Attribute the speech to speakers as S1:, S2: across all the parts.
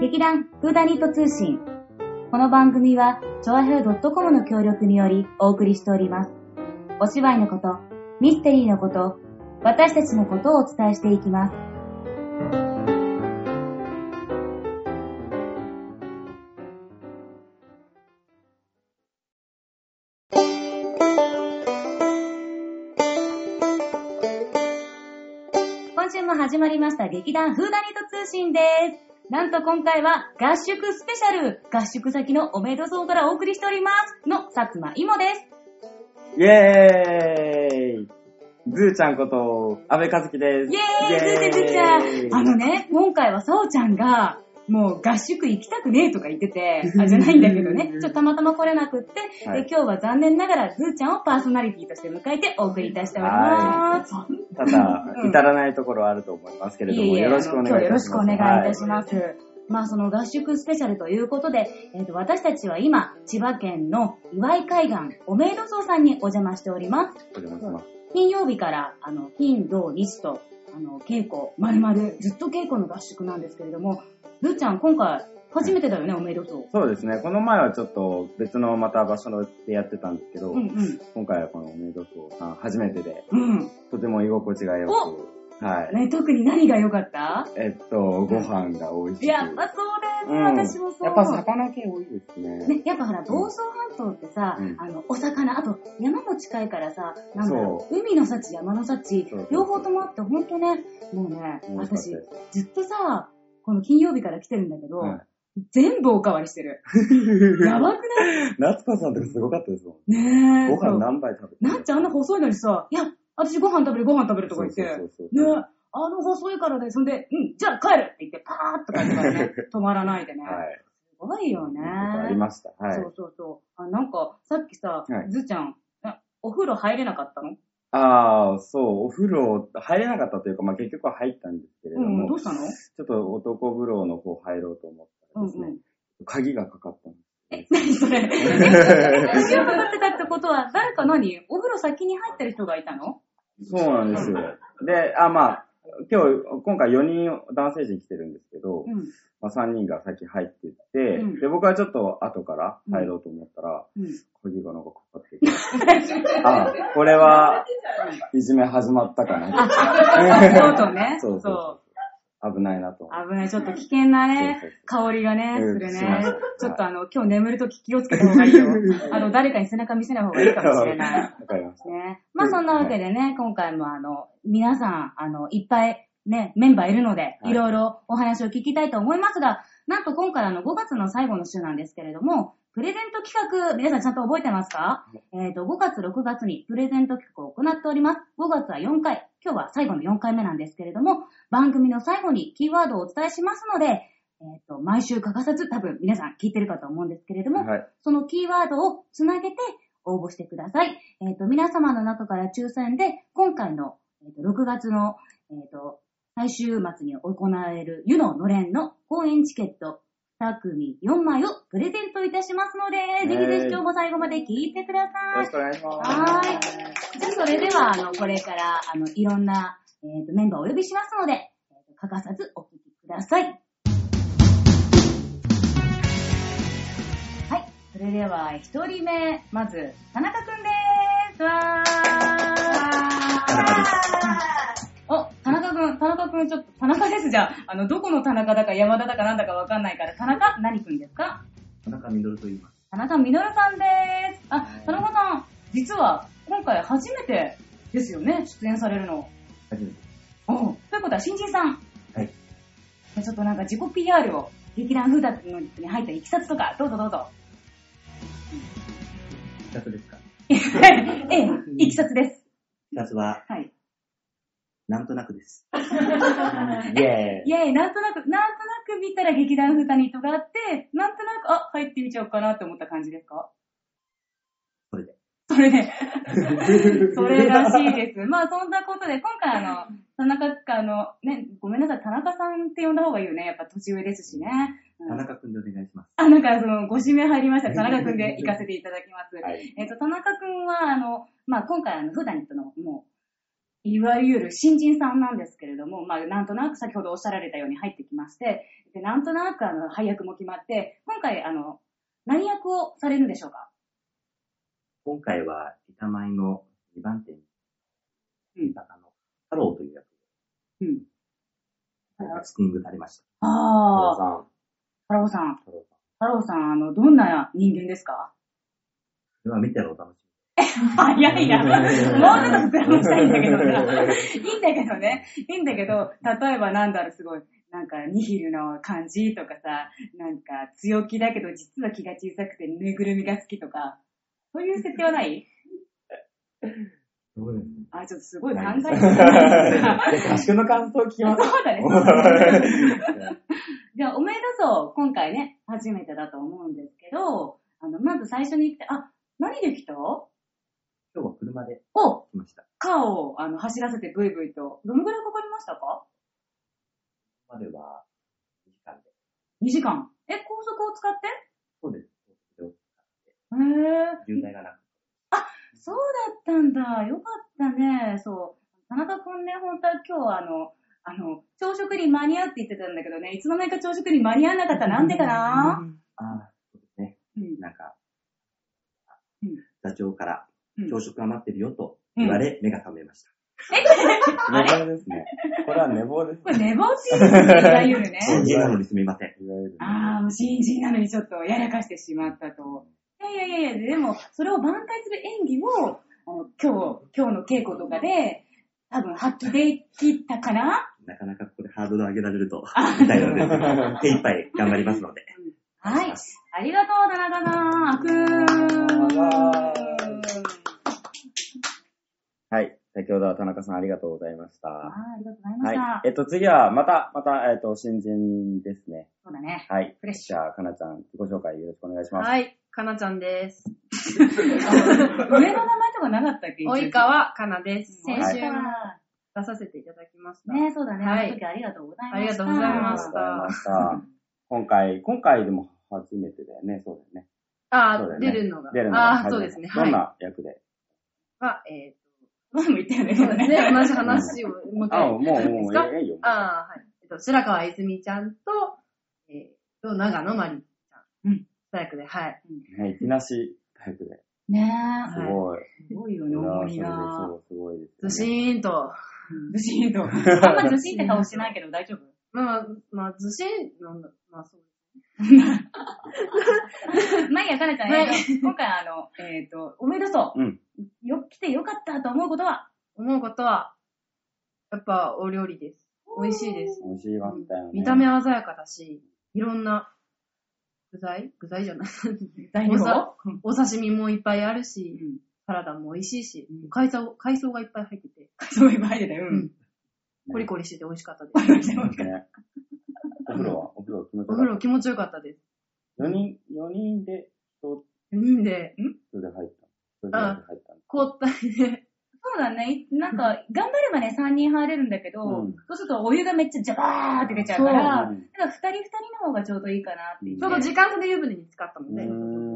S1: 劇団フーダニット通信。この番組は、チョアヘオ .com の協力によりお送りしております。お芝居のこと、ミステリーのこと、私たちのことをお伝えしていきます。今週も始まりました劇団フーダニット通信です。なんと今回は合宿スペシャル合宿先のおめでとうからお送りしておりますの薩摩いもです。
S2: イェーイズーちゃんこと、安部和樹です。
S1: イェーイずーちゃんずーちゃんあのね、今回はさおちゃんが、もう合宿行きたくねえとか言って て、あ、じゃないんだけどね、ちょっとたまたま来れなくって、
S2: はい
S1: で今日は残念ながらずーちゃんをパーソナリティとして迎えてお送りいたしております。
S2: ただ
S1: う、ん
S2: 至らないところはあると思いますけれども、よろしくお願いいたしま
S1: あの今
S2: す。
S1: 日よろしくお願いいたし
S2: は
S1: ます。まあその合宿スペシャルということで、えーと私たちは今、千葉県の岩井海岸、おめいど荘さんにお邪魔しております。
S2: お邪魔します
S1: 金曜日から、あの、金、土、日と、あの、稽古、まるまる、ずっと稽古の合宿なんですけれども、ルーちゃん、今回、初めてだよね、おめでとう。
S2: そうですね、この前はちょっと別のまた場所でやってたんですけど、
S1: うんうん。
S2: 今回はこのおめでとうさん初めてで、
S1: うん。
S2: とても居心地が良く、はい。
S1: ね、特に何が良かった
S2: えっと、ご飯が美味しい。
S1: いや、まあそうだよね、
S2: うん
S1: 私もそう。
S2: やっぱ魚系多いですね。
S1: ね、やっぱほら、房総半島ってさ、
S2: うん
S1: あの、お魚、あと、山も近いからさ、なんだろう、海の幸、山の幸
S2: そうそうそう、
S1: 両方ともあって、ほんとね、もうね、
S2: 美味しかった
S1: 私
S2: で、す
S1: ずっとさ、この金曜日から来てるんだけど、
S2: はい
S1: 全部おかわりして る。やばくない
S2: 夏子さんってすごかったですもん。
S1: ねえ。
S2: ご
S1: そ
S2: 飯
S1: う
S2: 何杯食べて
S1: なんちゃんあんな細いのにさ、いや、私ご飯食べるご飯食べるとか言って、
S2: そうそうそう
S1: ね
S2: そう
S1: あの細いからね、そんで、うん、じゃあ帰るって言って、パーッと帰ってから ね、止まらないでね。
S2: はい。
S1: すごいよね。
S2: ありました。はい
S1: そ。うそうそう。あ、なんか、さっきさ、
S2: はい
S1: ずーちゃん、あお風呂入れなかったの
S2: ああ、そう、お風呂入れなかったというか、まあ結局は入ったんですけれ
S1: う
S2: ど
S1: ん、ど
S2: も、
S1: うしたの
S2: ちょっと男風呂の方入ろうと思った
S1: う
S2: ら
S1: ん
S2: ですね、
S1: うん。
S2: 鍵がかかったん
S1: え、
S2: です。
S1: 何それ え、足をかかってたってことは、誰か何お風呂先に入ってる人がいたの
S2: そうなんですよ。で、あ、まあ、今日、今回4人男性陣来てるんですけど、
S1: うん。
S2: まあ3人が先入っていって、
S1: うん
S2: で、僕はちょっと後から入ろうと思ったら、
S1: うん。
S2: 鍵がなんかかかってきて、あ、これは、いじめ始まったかな。
S1: そうとね。
S2: そうそうそう。危ないなと思って。
S1: 危ない。ちょっと危険なね
S2: そうそうそう、
S1: 香りがね、
S2: うん
S1: する
S2: しま
S1: ね
S2: した。
S1: ちょっとあの、今日眠るとき気をつけた方がいいよ。 あの、誰かに背中見せない方がいいかもしれない。
S2: わかりました。
S1: ね。まあそんなわけでね、今回もあの、皆さん、あの、いっぱいね、メンバーいるので、
S2: い
S1: いろいろお話を聞きたいと思いますが、なんと今回あの、5月の最後の週なんですけれども、プレゼント企画、皆さんちゃんと覚えてますかえっ、と、5月、6月にプレゼント企画を行っております。5月は4回、今日は最後の4回目なんですけれども、番組の最後にキーワードをお伝えしますので、えっ、と、毎週欠かさず多分皆さん聞いてるかと思うんですけれども、
S2: はい。
S1: そのキーワードをつなげて応募してください。えっ、と、皆様の中から抽選で、今回の、えー、と6月の、えっ、と、最終末に行われる湯ののれんの公演チケット2組4枚をプレゼントいたしますので、ぜひぜひ今日も最後まで聞いてくだ
S2: よ
S1: さ
S2: ろ
S1: い
S2: し。くお願いします。
S1: はーい。じゃあ、それでは、あの、これから、あの、いろんな、えっ、と、メンバーをお呼びしますので、えーと欠かさずお聞きください。はい。それでは、一人目、まず、田中くんでーす。わ
S2: 田中です
S1: ー。お、田中くん、田中くん、ちょっと、田中ですじゃあ、あの、どこの田中だか山田だかなんだかわかんないから、田中、何くんですか
S3: 田中みどると言います。
S1: 田中みのるさんです。あ、田中さん、実は今回初めてですよね、出演されるの。
S3: 初めて。
S1: おうということは新人さん。
S3: はい。
S1: ちょっとなんか自己 PR を劇団風だってのに入ったいきさつとか、どうぞどう ぞ。
S3: 二つですか
S1: ええ、いきさつです。
S3: 二つは、
S1: はい。
S3: なんとなく です。
S2: イェーイ
S1: い。やいや、なんとなく、なんとなく見たら劇団風タニットがあって、なんとなく、あ、入ってみちゃおうかなって思った感じですか
S3: それで。
S1: それで。それらしいです。 まあそんなことで、今回あの、田中か、あの、ね、ごめんなさい、田中さんって呼んだ方がいいよね。やっぱ年上ですしね。うん
S3: 田中くんでお願いします。
S1: あ、なんかその、ご指名入りました。田中くんで行かせていただきます。
S2: はい。
S1: えっと、田中くんは、あの、まあ今回あの、フーダニットの、もう、いわゆる新人さんなんですけれども、まあ、なんとなく先ほどおっしゃられたように入ってきまして、でなんとなくあの配役も決まって、今回、あの、何役をされるんでしょうか
S3: 今回は、板前の2番手に、
S1: うん
S3: 中の太郎という役
S1: うん。
S3: をキャスティングされました。
S1: ああ、
S2: さ
S1: 太郎さん。
S3: 太郎さん。
S1: 太郎さん、あの、どんな人間ですか
S3: では見てのお楽し
S1: 早いな。もうちょっと膨らましたいんだけどな。いいんだけどね。いいんだけど、例えばなんだろう、すごい。なんか、ニヒルの感じとかさ、なんか、強気だけど、実は気が小さくて、ぬいぐるみが好きとか、そういう設定はない
S3: み。そうです
S1: あ、ちょっとすごい考えて
S3: ない
S1: る。
S3: で
S1: そうだ
S2: ん。で合宿の感想聞きます。
S1: ね。 じゃあ、おめでとう。今回ね、初めてだと思うんですけど、あの、まず最初に来て、あ、何で来たお、
S3: 今日は車で来ました。
S1: カーを、あの、走らせてブイブイと、どのぐらいかかりましたか
S3: ここまでは、2時間で。
S1: 2時間。え、高速を使って
S3: そうです。それを
S1: へえ。
S3: 渋滞がなく
S1: そうだったんだ。よかったね。そう。田中くんね、本当は今日はあの、あの、朝食に間に合って言ってたんだけどね、いつの間にか朝食に間に合わなかった。なんでかな
S3: ああ、そうですね。
S1: うん。
S3: なんか、あ
S1: うん
S3: 座長から
S1: うん
S3: 朝食が待ってるよと言われ、目が覚めました。
S2: 寝坊ですね。これは寝坊です
S1: これ
S2: ね。
S1: 寝坊しいわゆ るね。
S3: 新人なのにすみません。
S2: いわゆるね
S1: ああ、もう新人なのにちょっとやらかしてしまったと。いやいやいやいや、でも、それを挽回する演技を、あの、今日、今日の稽古とかで、多分発揮できたかな
S3: なかなかここでハードルを上げられると、みたいなので、手一杯頑張りますので。
S1: はい。ありがとう、田中さん。あく
S2: わ
S1: ーん。
S2: はい。先ほどは田中さんありがとうございました。
S1: あー
S2: は
S1: ありがとうございました。
S2: い。えっと、次は、また、また、えっと、新人ですね。
S1: そうだね。
S2: はい。
S1: フレッシ
S2: じゃあ、かなちゃん、自己紹介よろしくお願いします。
S4: はい、かなちゃんです。
S1: ュ。上の名前とかなかったっけ
S4: 及。川かなです。
S1: 先
S4: 先
S1: 週
S4: 週
S1: は。
S4: 出させていただきました。
S1: ね、そうだね。
S4: はい
S1: あの時ありがとうございました。
S4: ありがとうございま
S2: ありが
S4: した
S2: とうございました。今回、今回でも初めてだよね、そうだよね。
S4: あ
S2: そうだ
S4: ー、
S2: ね
S4: 出るのが。
S2: 出るのが
S4: あー、
S2: 初
S4: そう
S2: め
S4: で
S2: て
S4: すね。
S2: ど
S4: は
S2: ん
S4: い。
S2: な役で
S4: は、え
S1: 前も言ったよね。
S4: ー、そうです ね。同じ話をもう一
S2: あ、
S4: 回
S2: も。う、も
S4: です
S2: う、
S4: か
S2: ええいいよ。
S4: あー、はい。えっと、白川泉ちゃんと、えー、と、長野まりちゃん。
S1: うん。
S4: 大学で、はい。
S2: はい、いきなしタイプで。
S1: ね
S4: い
S2: すごい。
S1: え。すごいよね、重みが。
S2: そう、すごいです、ね。
S4: ずしーんと。
S1: ずし んと。あんまずしんって顔してないけど大丈夫
S4: まあ、まあ、ずしーん、なんだ、まあ、そう。
S1: まあいいや、かなちゃん、
S4: はい
S1: えーと今回あの、えっと、おめでと
S2: うん。
S1: う。よ、来てよかったと思うことは
S4: 思うことは、やっぱ、お料理です。美味しいです。
S2: 美味しいわ、みたいな、ね。
S4: 見た目鮮やかだし、いろんな具材具材じゃない
S1: 材料
S4: おさお刺身もいっぱいあるし、
S1: ん。
S4: サラダも美味しいし
S1: うん、
S4: 海藻海藻がいっぱい入ってて、
S1: そういう場合でだよ。う
S4: うんん。コリコリしてて美味しかったで
S1: これ
S4: す。
S1: じゃ分かんない
S2: ね。お風呂はお風呂決め
S4: お風呂気持ちよかったです。
S2: 4人、四人で、
S4: うんで、
S2: それで入った。それで入った。
S4: 交代で、
S1: そうだね。いなんか、頑張ればね、3人入れるんだけど、
S2: うん
S1: そうするとお湯がめっちゃジャバーって出ちゃうから、だ
S2: そう
S1: から2人2人の方がちょうどいいかなっていう。
S4: ちょうど時間差で湯船に浸かったの
S2: うー
S4: で、
S2: ん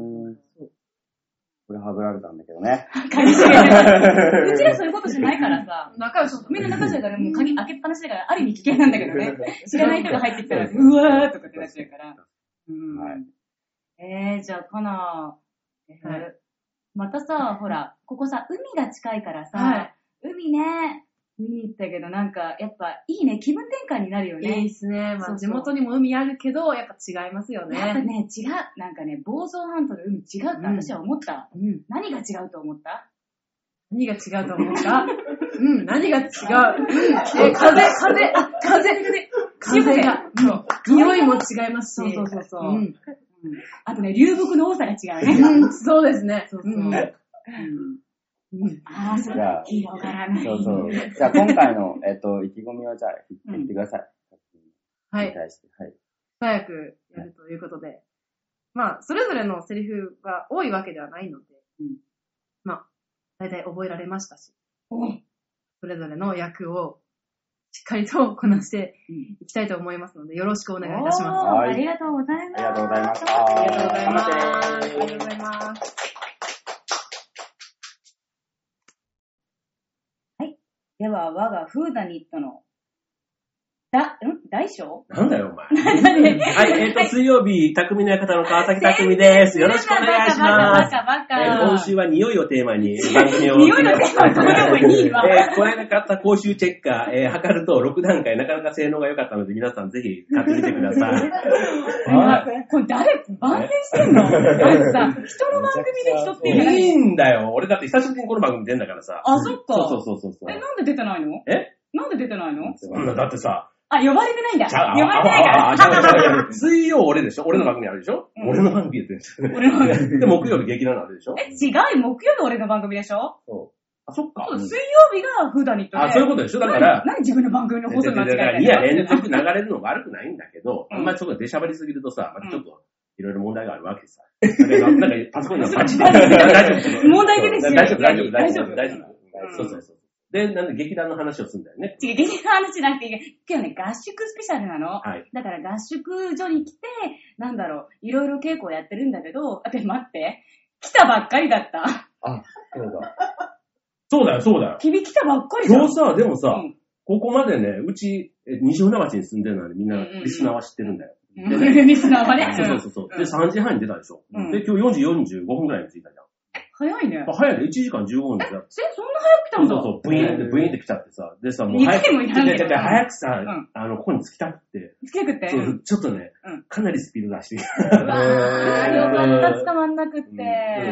S2: これはぐられたんだけどね。
S1: 鍵閉めるうちらそういうことしないから さ。
S4: 仲良しだった
S1: みんな中じゃからもう鍵開けっぱなしだから、ある意味危険なんだけどね。知らない人が入ってきたら、うわーとかってなっちゃうから。うん
S2: は
S1: えー、じゃあ、かな、えー
S4: はい
S1: またさ、ほら、ここさ、海が近いからさ、
S4: はい
S1: 海ね、見に行ったけど、なんか、やっぱ、いいね、気分転換になるよね。
S4: いいですね。
S1: そ
S4: ま
S1: うそう
S4: あ地元にも海あるけど、やっぱ違いますよ
S1: やっぱ
S4: ね。
S1: ね、違う。なんかね、房総半島の海違うって私は思った。
S4: うん。
S1: 何が違うと思った
S4: 何が違うと思う かうん、何が違う、うん、え、風、風、あ風、風が、うん、匂いも違いますし。
S1: そうそうそうそう
S4: うん、
S1: あとね、流木の多さが違うね。
S4: うんそうですね。
S1: そうそう。
S4: ん
S1: うんああ、そう
S2: じゃあ
S1: 広がらない。
S2: そうそう。じゃあ今回の、えっと、意気込みをじゃあ言ってください。
S4: は
S2: に
S4: い。
S2: 対して。はい。
S4: 早くやるということで。まあ、それぞれのセリフが多いわけではないので、
S1: うん
S4: まあ、大体覚えられましたし、
S1: おう
S4: それぞれの役をしっかりとこなして
S1: ん
S4: いきたいと思いますので、よろしくお願いいたし
S1: お
S4: ます。
S1: ー
S2: はい
S1: ありがとうございま
S2: あり
S1: す。
S2: がとうございまし
S1: あ
S2: た。
S1: り
S4: あ
S1: が
S4: り
S1: と
S4: が
S1: う
S4: と
S1: ございま。
S2: 頑張って
S4: うございますす。ありがとうございます。
S1: ででは、我がフーダニットの、だ、ん大小
S5: なんだよ、お前。はい、えっ、と、水曜日、匠の館の川崎匠です。よろしくお願いしま
S1: バ
S5: す。
S1: カバカバ
S5: え
S1: カバ
S5: ー
S1: カ。
S5: 今週は匂いをテーマに番組を。
S1: 匂いのテーマはどこでもいいわ
S5: えー、これなかった講習チェッカー、えー測ると6段階、なかなか性能が良かったので、皆さんぜひ買ってみてください。は
S1: これ誰、番宣してんのあのさ、人の番組で人って言うじゃない
S5: い
S1: い
S5: いんだよ。俺だって久しぶりにこの番組出んだからさ。
S1: あ、そっか。
S5: そうそうそうそう。
S1: え、なんで出てないの
S5: え
S1: なんで出てないの
S5: そんなだってさ、
S1: あ、呼ばれてないんだ。
S5: ちゃう、あ
S1: 呼ばれてない
S5: ああ
S1: か
S5: あちゃうちゃうちゃう水曜俺でしょ俺の番組あるでしょ、
S1: うん
S5: 俺の番組やってるんですよ
S1: ら。俺の番組。
S5: で、木曜日劇団あるでしょ
S1: え、違うよ木曜日俺の番組でしょ
S5: そう。あ、そっか。
S1: そう水曜日がフーダニットで。
S5: あ、そういうことでしょだから
S1: 何、何自分の番組の放送になっちゃ
S5: 2夜連続流れるの悪くないんだけど、
S1: うん
S5: あんまりそこで出しゃばりすぎるとさ、またちょっと、いろいろ問題があるわけさ。なんか、パソコンのパチッ と。
S1: 問題出てきてる
S5: 大丈夫、大丈夫、大丈
S1: 大
S5: 夫、大
S1: 丈
S5: 丈
S1: 夫
S5: 夫。そうそうそう。で、なんで劇団の話をするんだよね。
S1: 違う、劇の話じゃなくて、今日ね、合宿スペシャルなの。
S5: はい。
S1: だから合宿所に来て、なんだろう、いろいろ稽古やってるんだけど、あ、で、待って、来たばっかりだった。
S5: そうだ。そうだよ、そうだよ。
S1: 君来たばっかりじゃん。
S5: 今日さ、でも
S1: う
S5: さ、
S1: ん
S5: ここまでね、うち、え西船町に住んでるのにみんなリスナーは知ってるんだよ。でね
S1: うんリスナーはね。
S5: そうそうそう。で、3時半に出たでしょ。
S1: うん
S5: で、今日4時45分くらいに着いたじゃん。
S1: 早いね
S5: ま。あ早いね、1時間15分で。
S1: え、そんな早く来た
S5: そうんそ
S1: だ
S5: うそう、ブイーンってブイーンって来ちゃってさ、でさ、もう
S1: い
S5: 早
S1: つ
S5: く、
S1: でもいらんけど
S5: ちょちょちょ早くさ
S1: ん、
S5: あの、ここに着きたくて、
S1: つけてくって。
S5: そうちょっとね
S1: うん、
S5: かなりスピード出して。
S1: わー、よかった、捕まんなくって。
S5: うん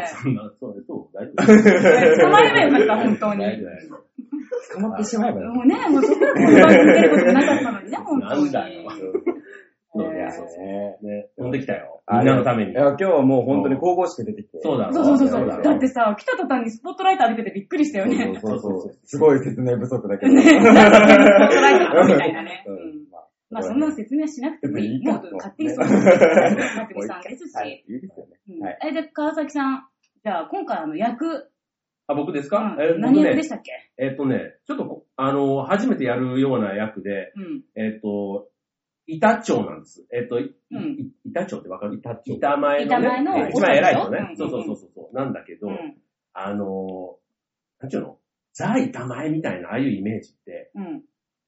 S5: そんな、そう、そう、大丈 夫。
S1: 捕まればよかった、本当に。
S5: 大丈夫大丈夫
S6: 捕まってしまえばよ
S1: もうね、もうそこはこの番組出ることなかった のにね、本当に。
S5: なんだよ。そうそうそう
S6: ね
S5: ね、飛んできたよ。みんなのために
S6: い。や、今日はもう本当に神々しく出てきて。
S5: そうだろ
S1: そうそうそうそう。
S5: だろ
S1: だってさ、来た途端にスポットライト浴びててびっくりしたよ ね。
S6: そうそうそう。すごい説明不足だけど。
S1: ね、なんかスポットライト浴びみたいな ね。
S6: う
S1: うん
S6: ん
S1: まあそんなの説明はしなくてもいい。
S6: 別にいい
S1: も
S6: か
S1: う勝手にそうなってさんですし。
S6: はい、いいですよね。
S1: うん
S6: はい
S1: え、で、川崎さん。じゃあ、今回あの役、
S5: あ、僕です
S1: う
S5: かえー
S1: ん
S5: 僕
S1: 何役で
S5: ね、
S1: したっけ
S5: えっとね、ちょっとこ、あの、初めてやるような役で、
S1: うん。
S5: えっと、板長なんです。えっと、い
S1: うん
S5: い板長ってわかる板長。板前のね。
S1: 板前の
S5: え一番偉いの
S1: う
S5: ね
S1: ん。
S5: そうそうそうそう。なんだけど
S1: う、ん。
S5: あのー、なんちゅうのザ・板前みたいな、ああいうイメージって、
S1: うん。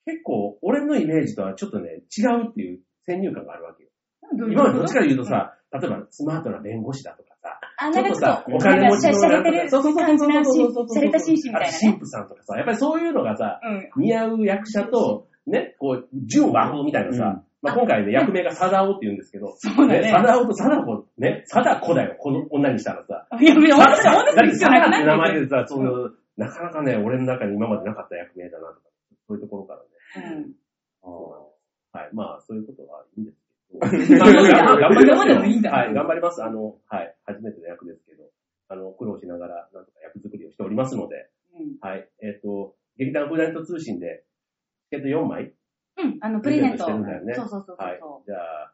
S5: 結構、俺のイメージとはちょっとね、違うっていう先入観があるわけよ。
S1: どういう
S5: 今
S1: こ
S5: ま
S1: と
S5: でどっちかというとさ、例えばスマートな弁護士だとかさ、
S1: あ、
S5: ち
S1: なん
S5: ょっ
S1: か
S5: と
S1: ちょっと、、
S5: さお金持ちの
S1: しゃれ
S5: な
S1: て
S5: んとか
S1: る
S5: そうそうそう
S1: 感
S5: そ
S1: じ
S5: う
S1: な
S5: そうそうそうそう。
S1: しゃれた紳士みたいな
S5: あと
S1: ね
S5: 神。父さんとかさ、やっぱりそういうのがさ、
S1: うん。
S5: 似合う役者と、ね、こう、純和風みたいなさ、まあ、今回ね、役名がサダオって言うんですけど、
S1: そうだね
S5: ね、サダオとサダコ、ね、サダコだよ、この女にしたらさ。
S1: いや、いや、私は女
S5: だっ
S1: の
S5: て
S1: 必
S5: サ
S1: 要な
S5: ダ
S1: く
S5: って名
S1: ない
S5: 前でさ、その、なかなかね、俺の中に今までなかった役名だなとか、そういうところからね。
S1: うん
S5: はい、まあ、そういうことはいいんですけど。まあ、 頑張りますよ。はい、頑張ります。あの、はい、初めての役ですけど、あの、苦労しながら、なんとか役作りをしておりますので、
S1: うん
S5: はい、えっ、と、劇団フーダイント通信で、チケット4枚
S1: うん、あの、プレゼント。
S5: プ
S1: そ
S5: レゼン
S1: う
S5: トしてるんだよね
S1: そうそう
S5: はい
S1: そ。
S5: じゃあ、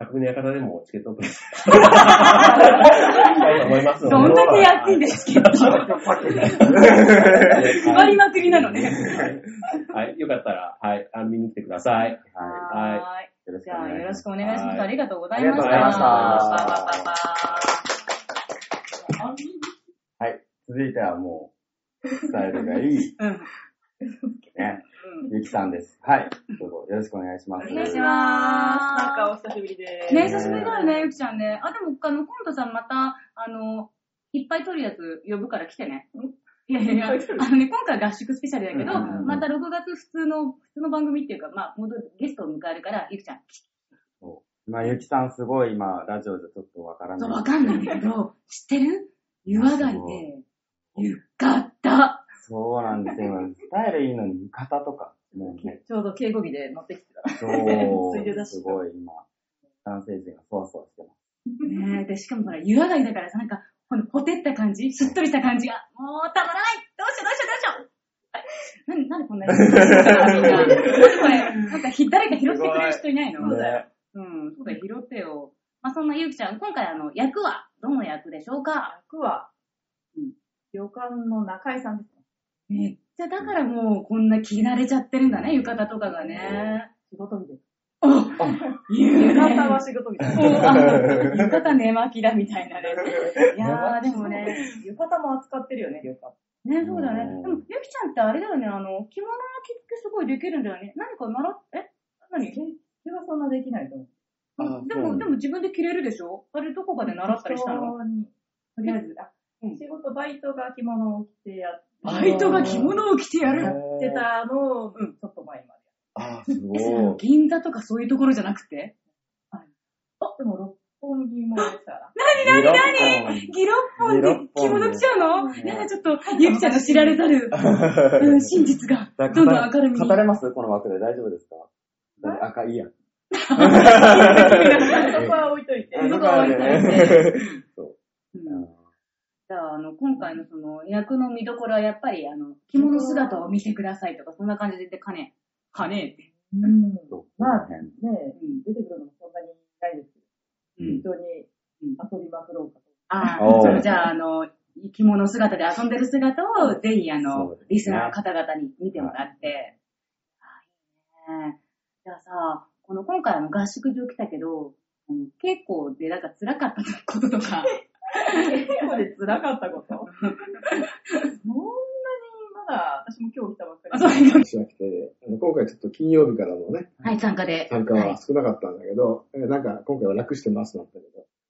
S5: 匠の館でもチケットをプレゼントしたいと思います
S1: う。
S5: ので。
S1: どんだけ安いん
S5: で
S1: ですけど、配りまくりなのね。
S5: はい、よかったら、はい、あの見に来てください。はい
S1: はーい。
S6: よろし
S1: じ
S6: くお
S1: ゃあ、
S6: 願い
S1: よ
S6: しま
S1: ろし
S6: す。
S1: くお願いしま
S5: は
S1: す。
S5: い
S1: ありがとうございました。
S6: ありがとうございました
S1: パパパパ
S6: 続いてはもう、スタイルがいい、
S1: う
S6: ね、
S1: ん。うん
S6: ゆきさんです。はい。どうぞよろしくお願いします。
S1: お願いし
S6: す。
S1: ます。
S4: なんかお久しぶりです。
S1: ね、久しぶりだよね、ゆきちゃんね。あ、でも、あの、今度さ、また、あの、いっぱい撮るやつ呼ぶから来てね。いやいやいや、あのね、今回合宿スペシャルだけど、
S6: うんうんうん
S1: また6月普通の、普通の番組っていうか、まあ、戻るゲストを迎えるから、ゆきちゃん、き
S6: まあ、ゆきさんすごい今、ラジオじゃちょっとわから
S1: っ
S6: な
S1: と
S6: い。
S1: わかんないんだけど、知ってる湯上がりで、浴衣。
S6: そうなんですよ。スタイルいいのに、浴衣とか。もうね、
S4: ちょうど敬語着で乗ってきてた。
S6: そ
S4: ついでだ
S6: う、
S4: し
S6: すごい今、男性陣がそわそわしてます。
S1: ねえ、で、しかもほら、湯上がりだからさ、なんか、このポテった感じ、しっとりした感じが、もうたまらないどうしようどうしようどうしようあなんで、なんでこんな になんでこれ、なんかひ誰か拾ってくれる人いないの
S6: すごいね
S1: うん、そうだよ、拾ってよ。まあ、そんなゆうきちゃん、今回あの、役は、どの役でしょうか
S7: 役は
S1: うん、
S7: 旅館の中井さんですね。
S1: めっちゃ、だからもう、こんな着慣れちゃってるんだね、浴衣とかがね。
S7: 仕事 着です。
S1: 言う
S7: 浴
S1: ね
S7: 衣は仕事着です。
S1: もうあの浴衣寝巻きだみたいなね。いやー、でもね、
S7: 浴衣も扱ってるよね、旅館。
S1: ね、そうだよね。
S5: うん
S1: でも、ゆきちゃんってあれだよね、あの、着物の着付けすごいできるんだよね。何か習っ、え何
S7: それはそんなできないと思う。
S6: あ
S1: で
S6: そうな
S1: も、
S6: ん
S1: で
S6: だ
S1: も自分で着れるでしょあれどこかで習ったりしたの
S7: 人に
S1: とりあえず。
S7: あ
S1: うん
S7: 仕事、バイトが着物を着てやっ
S4: バイトが着物を着てやる。
S7: てたのを、うん、ちょっと前まで。
S6: あー、すごい。
S4: え、それは銀座とかそういうところじゃなくて
S7: でも、六本木もでしたら。
S6: 何何何
S1: ギロッポンで着物着ちゃうの
S6: ギロッポンで
S1: やだ、ちょっと、ゆきちゃんの知られざ る、うん、真実が、
S6: だ
S1: どんどん
S6: から
S1: 明るみに
S6: 語。れますこの枠で大丈夫ですか赤いいや。
S7: そこは置いといて。
S6: うん
S1: どこが置いてあ
S6: うん
S1: じゃあ、あの、今回のその、役の見どころはやっぱり、あの、着物姿を見てくださいとか、そんな感じで言って、かね、かねえって。
S7: うん。
S6: そう
S7: まあ、
S6: この辺
S7: ねえ、出てくるのもそんなにないですけど、
S6: うん
S7: 一緒に遊びまくろうかと。
S1: あ
S6: おー
S1: あ、じゃあ、あの、着物姿で遊んでる姿を、ぜひ、あ
S6: そ
S1: の
S6: うです、ね
S1: リスナーの方々に見てもらって。あいいね。じゃあさ、この今回あの合宿場来たけど、あの稽古でなんか辛かったこととか、
S7: 結構で辛かったことそんなにまだ、私も今日来たばっかり。
S1: あそう
S8: 話しなくて、あの今回ちょっと金曜日からのね、
S1: はい、参加で。
S8: 参加
S1: はい
S8: は少なかったんだけ ど、えなんか今回は楽してますだったけど、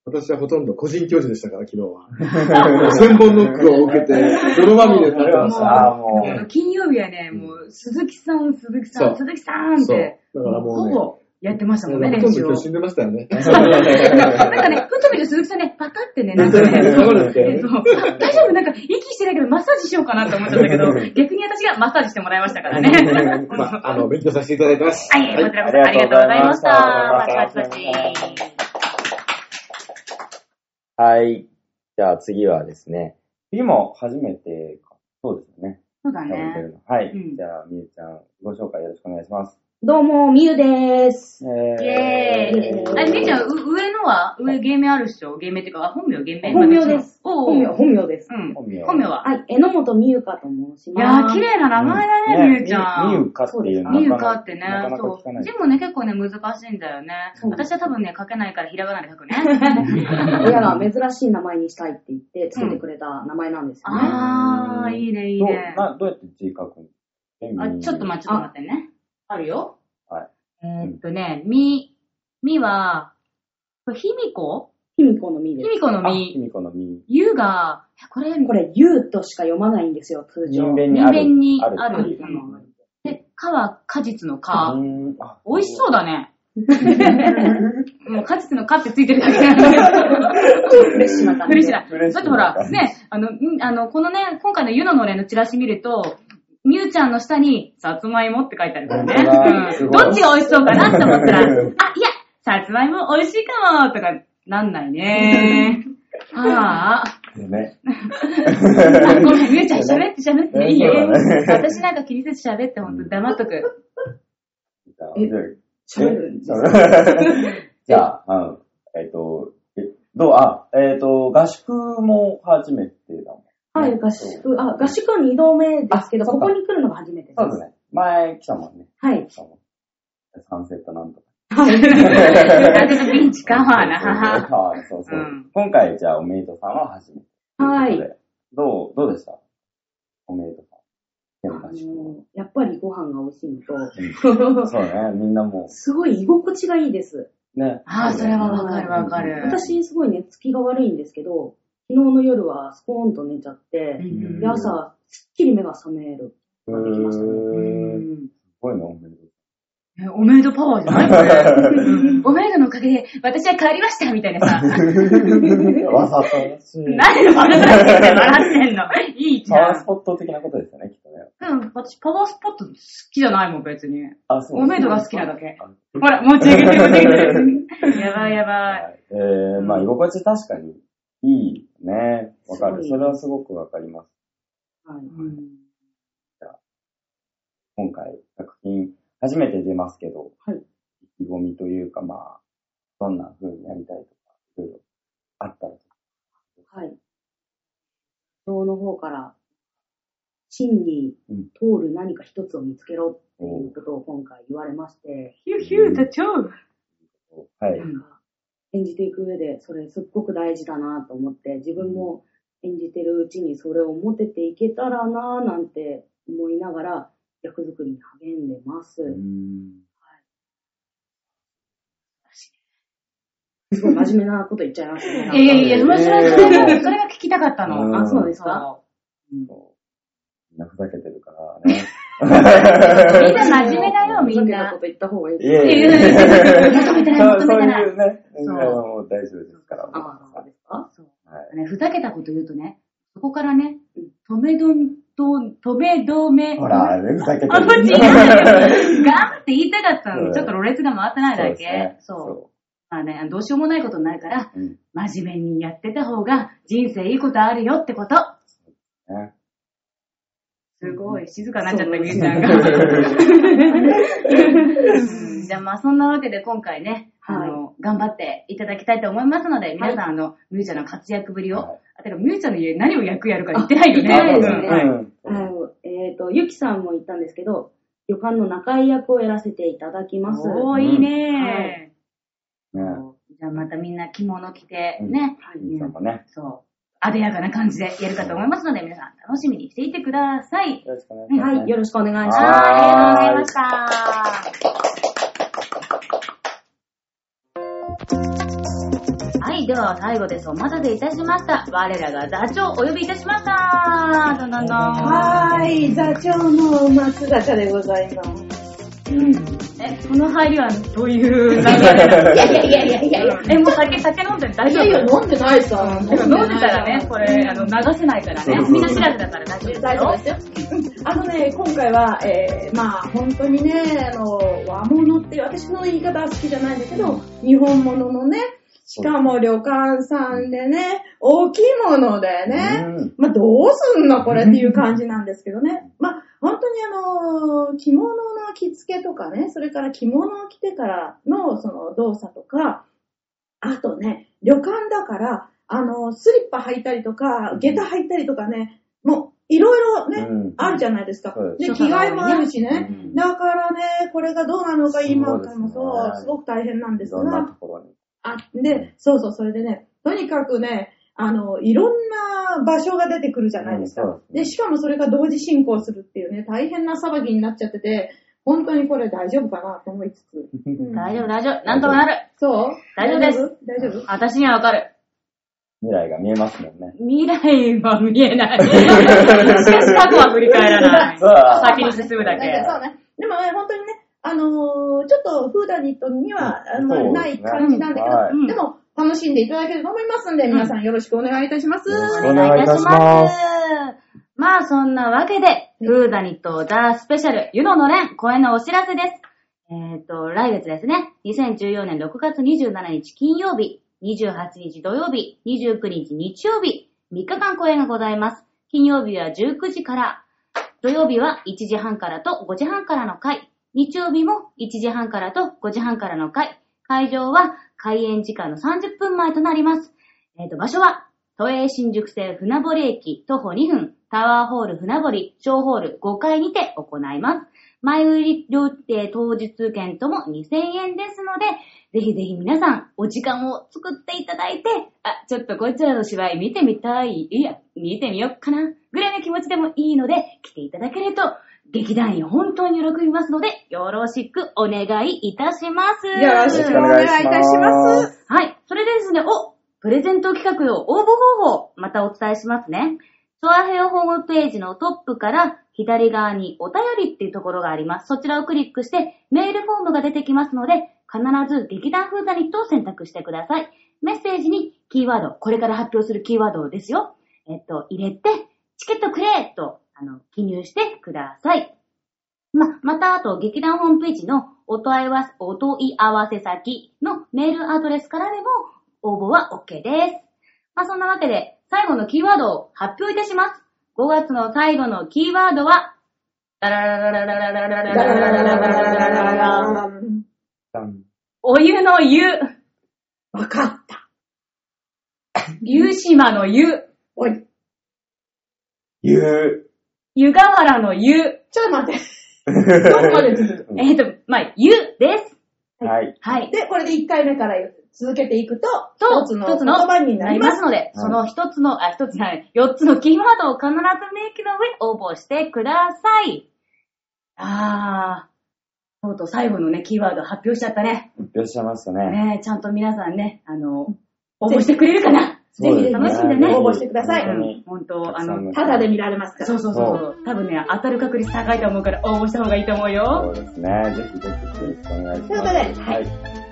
S8: 私はほとんど個人教授でしたから、昨日は。1000本 ノックを 受けて、泥まみれになってまし
S6: あ
S8: た。
S6: あ、も
S1: あの金曜日はね、もう、鈴木さん、鈴木さ
S8: そ
S1: ん、
S8: う
S1: 鈴木さんっ
S8: そう。
S1: て、
S8: だからもう
S1: ほ
S8: ね、
S1: ぼやってましたもんね、
S8: ほ
S1: 練
S8: とんど
S1: 習を
S8: 今日。死んでましたよね。
S1: なんかね、ふと見ると鈴木さんね、パカってね、なんかね、
S8: そうなんだよね
S1: そうあ大丈夫なんか、息してないけど、マッサージしようかなって思っちゃったけど、逆に私がマッサージしてもらいましたからね。
S8: まあ、あの、勉強させていただいてます。
S1: はい、こちらこそありがとうございました。
S2: ありが
S1: パ
S2: と
S1: チ
S2: う
S1: パ
S2: ご
S1: チ
S2: ざ
S1: パ
S2: い
S1: チ。
S2: まはい。じゃあ次はですね。次も初めてか、そうですよね。
S1: そうだ
S2: 食べて
S1: ね。
S2: るの。はい。
S1: うん
S2: じゃあ、みゆちゃん、ご紹介よろしくお願いします。
S1: どうも、みゆです。
S2: イ
S1: イェーイ。あれ、みゆちゃん、う上のは、上、芸名あるっしょ芸名っていうか、あ本名、芸名
S9: 本名です。
S1: お
S9: 本
S1: う
S9: 名、本名です。
S1: うん。
S2: 本名は
S1: 本名は。
S9: はい、榎本美優香と申し
S1: いや
S9: ま
S1: ー、
S9: す。
S1: 綺麗な名前だね、みゆちゃん。
S2: みゆかっていうの
S1: みゆかってね
S2: なかな、か
S1: そ
S2: 聞かな
S1: う。
S2: い
S1: 字。もね、結構ね、難しいんだよね。
S9: そう
S1: 私は多分ね、書けないからひらがなで書くね。
S9: 親が珍しい名前にしたいって言ってつけてくれた名前なんですよね。
S1: あー、いいね、いい
S2: どう
S1: ね。
S2: などうやって字書くの
S1: あ、ちょっと待って、ちょっと待ってね。あるよ。
S2: はい。
S1: えーっとね、み、みは、これひみこ
S9: 卑弥呼の美
S1: ひ
S9: です。
S1: みこの
S2: あひ
S1: み、
S2: みこのみ。
S1: ゆが、これ、
S9: これ、優としか読まないんですよ、通常。
S2: 人間に
S1: 人
S2: あ
S1: 間
S2: る。
S1: にあ
S2: ある
S1: る。で、かは果実の
S2: う
S1: か。
S2: んあ
S1: 美味しそうだね。もう果実のかってついてるだけなんだけ
S9: フレッシュな感
S1: フレッシ
S9: じ
S1: ュ
S9: で。
S1: だ。
S2: フレッシュだ
S1: だってほら、ね、あの、んあの、このね、今回の湯ののれんのチラシ見ると、みゆちゃんの下に、さつまいもって書いてあるから
S2: 本当だ
S1: ね。
S2: す
S1: うん、
S2: ごい
S1: どっちが美味しそうかなって思ったら、あ、いや、さつまいも美味しいかもとか、なんないね。ああ。
S2: ね。
S1: ごめん、みゆちゃん喋って喋っていいよ
S2: そう。
S1: 私なんか気にせず喋って、ほんと黙っと く。
S9: え
S2: え
S9: 喋るんですよ。
S2: じゃあ、うんえっと、えどうあ、えっと、合宿も初めてだもん。
S9: はい、合宿、あ、合宿は2度目ですけど、
S2: あそっ
S9: こ
S2: か
S9: こに来るのが初めてです。
S2: ね。前来たもんね。
S9: はい。
S2: 来たもん。サンセットなんとか。
S1: 私のピンチカワーな、
S2: そう
S1: 母。
S2: そうそうそうそう、
S1: うん
S2: 今回、じゃあ、おめでとうさんは初めて。
S9: はい。
S2: どう、どうでしたおめでとうさん。
S9: あ
S2: 合宿
S9: のやっぱりご飯が美味しい
S2: う
S9: の
S2: ん
S9: と、
S2: そうね、みんなも
S9: すごい居心地がいいです。
S2: う、ね。
S1: ああ、それはわかるわかる。
S9: 私すごい寝つきが悪いんですけど、昨日の夜はスコーンと寝ちゃって、
S1: うん
S9: で、朝、すっきり目が覚める。
S2: う
S9: ができましたね
S2: ーんす
S1: うん
S2: ごいね、おめでとう。
S1: えおめでとうパワーじゃないこれ。うんおめでとうのおかげで、私は変わりましたみたいなさ。
S2: わざとらしい。
S1: 何で笑ってんの笑ってんの。いいじ
S2: パワ
S1: ゃ
S2: ース
S1: ん。
S2: ポット的なことですよね、きっとね。
S1: うん、私パワースポット好きじゃないもん、別に。
S2: あ、そう
S1: おめでとうが好きなだけ。
S2: あ
S1: ほら、持ち上げて持ち上げて。やばいやばい。
S2: はいえー、まあ、居心地確かにいいね。わかる。
S9: す
S2: そ
S9: ごい
S2: れはすごくわかります。
S9: は
S1: う
S9: い
S1: ん
S2: 今回、作品、初めて出ますけど、
S9: はい
S2: 意気込みというか、まあ、どんな風にやりたいとか、いろいろあったら。
S9: はい。人の方から、真に
S2: うん
S9: 通る何か一つを見つけろっていうことを今回言われまして、
S1: ヒューヒューと超。
S2: はい。
S1: うん
S9: 演じていく上でそれすっごく大事だなと思って、自分も演じてるうちにそれを持てていけたらなぁなんて思いながら役作りに励んでます。 すごい真面目なこと言っちゃいましたね。なんか
S1: い やいやいや、それそれそれそれが聞きたかったの。
S9: あ、そうですか
S2: みんなふざけてるからね。
S1: みんな真面目だよ、みん
S9: ふざけた
S1: な
S9: こ。と言った方がいい
S2: いえ
S1: いやい
S2: い
S1: や
S2: え。
S1: い や求めてない、
S2: そう
S1: 求
S2: そう
S1: めてない
S2: い。うね、全
S1: そう
S2: 然もう大丈夫ですから。
S9: あそうですか
S2: はい
S1: ね、ふざけたこと言うとね、そこからね、止めどん、と、止めどめ。
S2: ほら、ふざけてる。
S1: あ、こっ ちいないガンって言いたかったのに、ちょっとろれつが回ってない
S2: そう
S1: だ
S2: ですね
S1: け。そう。まあね、どうしようもないことになるから
S2: うん、
S1: 真面目にやってた方が人生いいことあるよってこと。
S2: ね
S1: すごい、静かになっちゃった、ゆうちゃんが。じゃあまあそんなわけで今回ね、あの、頑張っていただきたいと思いますので、皆さんあの、みゆちゃんの活躍ぶりを、
S2: は
S1: あ、てかみゆちゃんの家何を役やるか言ってないよね。
S9: あ言
S2: う
S9: ってない
S2: ん
S9: ですね
S1: はい
S2: うん
S9: あの、えっ、と、ゆきさんも言ったんですけど、旅館の中井役をやらせていただきます。
S1: お
S9: は
S1: ー、
S2: い
S1: いい
S9: はい
S1: ね
S2: ね
S1: じゃあまたみんな着物着て、
S2: うん
S1: ね、
S9: い。
S2: みーちゃんもね、
S1: そう、あでやかな感じでやるかと思いますので、皆さん楽しみにしていてください。
S2: よろしくお願いします。
S9: はい、よろしくお願いします。
S1: あ
S2: は
S1: り
S2: ー
S1: がとうご
S2: い
S1: ざいました。はい、では最後です。お待たせいたしました。我らが座長お呼びいたしました。どんどんどん。
S7: はーい、座長の松坂でございます。
S1: え、この入りはどういう流れだいやいやいやいやいやい や。え、もう酒、酒飲んで大
S7: い
S1: 丈
S7: やいや、
S1: 夫
S7: 飲んでないさ。
S1: でも飲んでたらね、これ、あの、流せないからね。みんな調べだから大丈夫だ
S7: 大丈夫
S1: よ。
S7: ですよ。あのね、今回は、えー、まあ本当にね、あの、和物っていう私の言い方は好きじゃないんだけど、日本物のね、しかも旅館さんでね、大きいものでね、
S2: うん
S7: まあどうすんのこれっていう感じなんですけどね。まあ本当にあの、着物の着付けとかね、それから着物を着てからのその動作とか、あとね、旅館だから、あの、スリッパ履いたりとか、下駄履いたりとかね、もう、いろいろね、
S2: うん
S7: あるじゃないですか
S2: そう。
S7: で、
S1: です
S7: 着替えもあるしね
S2: う。ん
S7: だからね、これがどうなのか今から
S2: そう
S7: も
S2: です
S7: そう、
S2: ね
S7: すごく大変なんで
S2: い
S7: す
S2: ろんなと
S7: が、
S2: ころに。
S7: あ、で、そうそう、それでね、とにかくね、あの、いろんな場所が出てくるじゃないですか。
S2: うんそうですね
S7: で、しかもそれが同時進行するっていうね、大変な騒ぎになっちゃってて、本当にこれ大丈夫かなと思いつつ。うん
S1: 大丈夫、大丈夫。なんとかなる。
S7: そう
S1: 大丈夫です
S7: 大丈夫
S1: 私にはわかる。
S2: 未来が見えますもんね。
S1: 未来は見えない。しかし過去は振り返らない。
S2: そう
S1: 先に進むだけ。
S7: そうね。でもね、本当にね、あのーちょっとフーダニットには、あ
S2: そうです
S7: の
S2: ね
S7: ない感じなんだけど、
S2: はい
S7: でも楽しんでいただけると思いますんで、皆さんよろしくお願いいたします。
S2: よろしく
S1: お
S2: お
S1: 願い
S2: 願い
S1: い
S2: い
S1: た
S2: た
S1: し
S2: し
S1: ま。
S2: ます
S1: まあそんなわけで、フーダニットザスペシャル、湯ののれん公演のお知らせです。えっ、と、来月ですね、2014年6月27日金曜日、28日土曜日、29日日曜日、3日間公演がございます。金曜日は19時から、土曜日は1時半からと5時半からの回、日曜日も1時半からと5時半からの回、会場は開演時間の30分前となります。えっ、と、場所は、都営新宿線船堀駅徒歩2分、タワーホール船堀、小ホール5階にて行います。前売り料亭当日券とも2000円ですので、ぜひぜひ皆さん、お時間を作っていただいて、あ、ちょっとこいつらの芝居見てみたい、いや、見てみよっかな、ぐらいの気持ちでもいいので、来ていただけると、劇団員本当に喜びますので、よろしくお願いいたします。
S7: よろしくお願いいたします。
S1: はい。それでですね、おプレゼント企画の応募方法、またお伝えしますね。調和平ホームページのトップから左側にお便りっていうところがあります。そちらをクリックしてメールフォームが出てきますので、必ず劇団フーダニットを選択してください。メッセージにキーワード、これから発表するキーワードですよ。えっと、入れて、チケットくれと、あの、記入してください。ま、また、あと、劇団ホームページのお問い合わせ、お問い合わせ先のメールアドレスからでも応募は OK です。まあ、そんなわけで、最後のキーワードを発表いたします。5月の最後のキーワードは、ダララララララララララララララララララお湯の湯。
S7: わかった。
S1: 湯島の湯。
S7: おい、
S2: 言う。
S1: 湯河原の湯。
S7: ちょっと待って。どこまで続く
S1: えっ、と、まあ、湯です。
S2: はい。
S1: はい。
S7: で、これで1回目から言う。続けていくと、
S1: と
S7: 一つの
S1: 一つ
S7: 言
S1: の
S7: 葉にな
S1: な
S7: り
S1: り
S7: ま。
S1: ますすので、その一つの、あ、一つじゃない、四つのキーワードを必ず明記の上に応募してください。あー、とうとう最後のね、キーワード発表しちゃったね。
S2: 発表しちゃいますね。
S1: ねちゃんと皆さんね、あの、応募してくれるかな
S2: ぜひ
S1: 楽しんでね
S7: 応募してください
S2: 本当に
S1: 本
S2: た
S1: 当、
S2: く
S1: あ
S2: さん
S1: の、
S2: の
S7: ただで見られますから。
S1: そうそうそうそう。多分ね、当たる確率高いと思うから応募した方がいいと思う
S2: そ
S1: よ。
S2: うですね。ぜひぜひよろしくお願いします。
S7: ということで
S2: はい。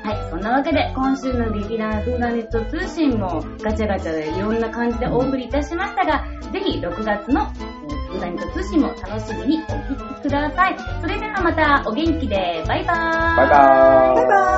S1: はい、そんなわけで、今週の劇団フーダネット通信もガチャガチャでいろんな感じでお送りいたしましたが、ぜひ6月のえーフーダネット通信も楽しみにお聴きください。それではまたお元気で、バイバーイ。
S2: バイバーイ。バイバーイ。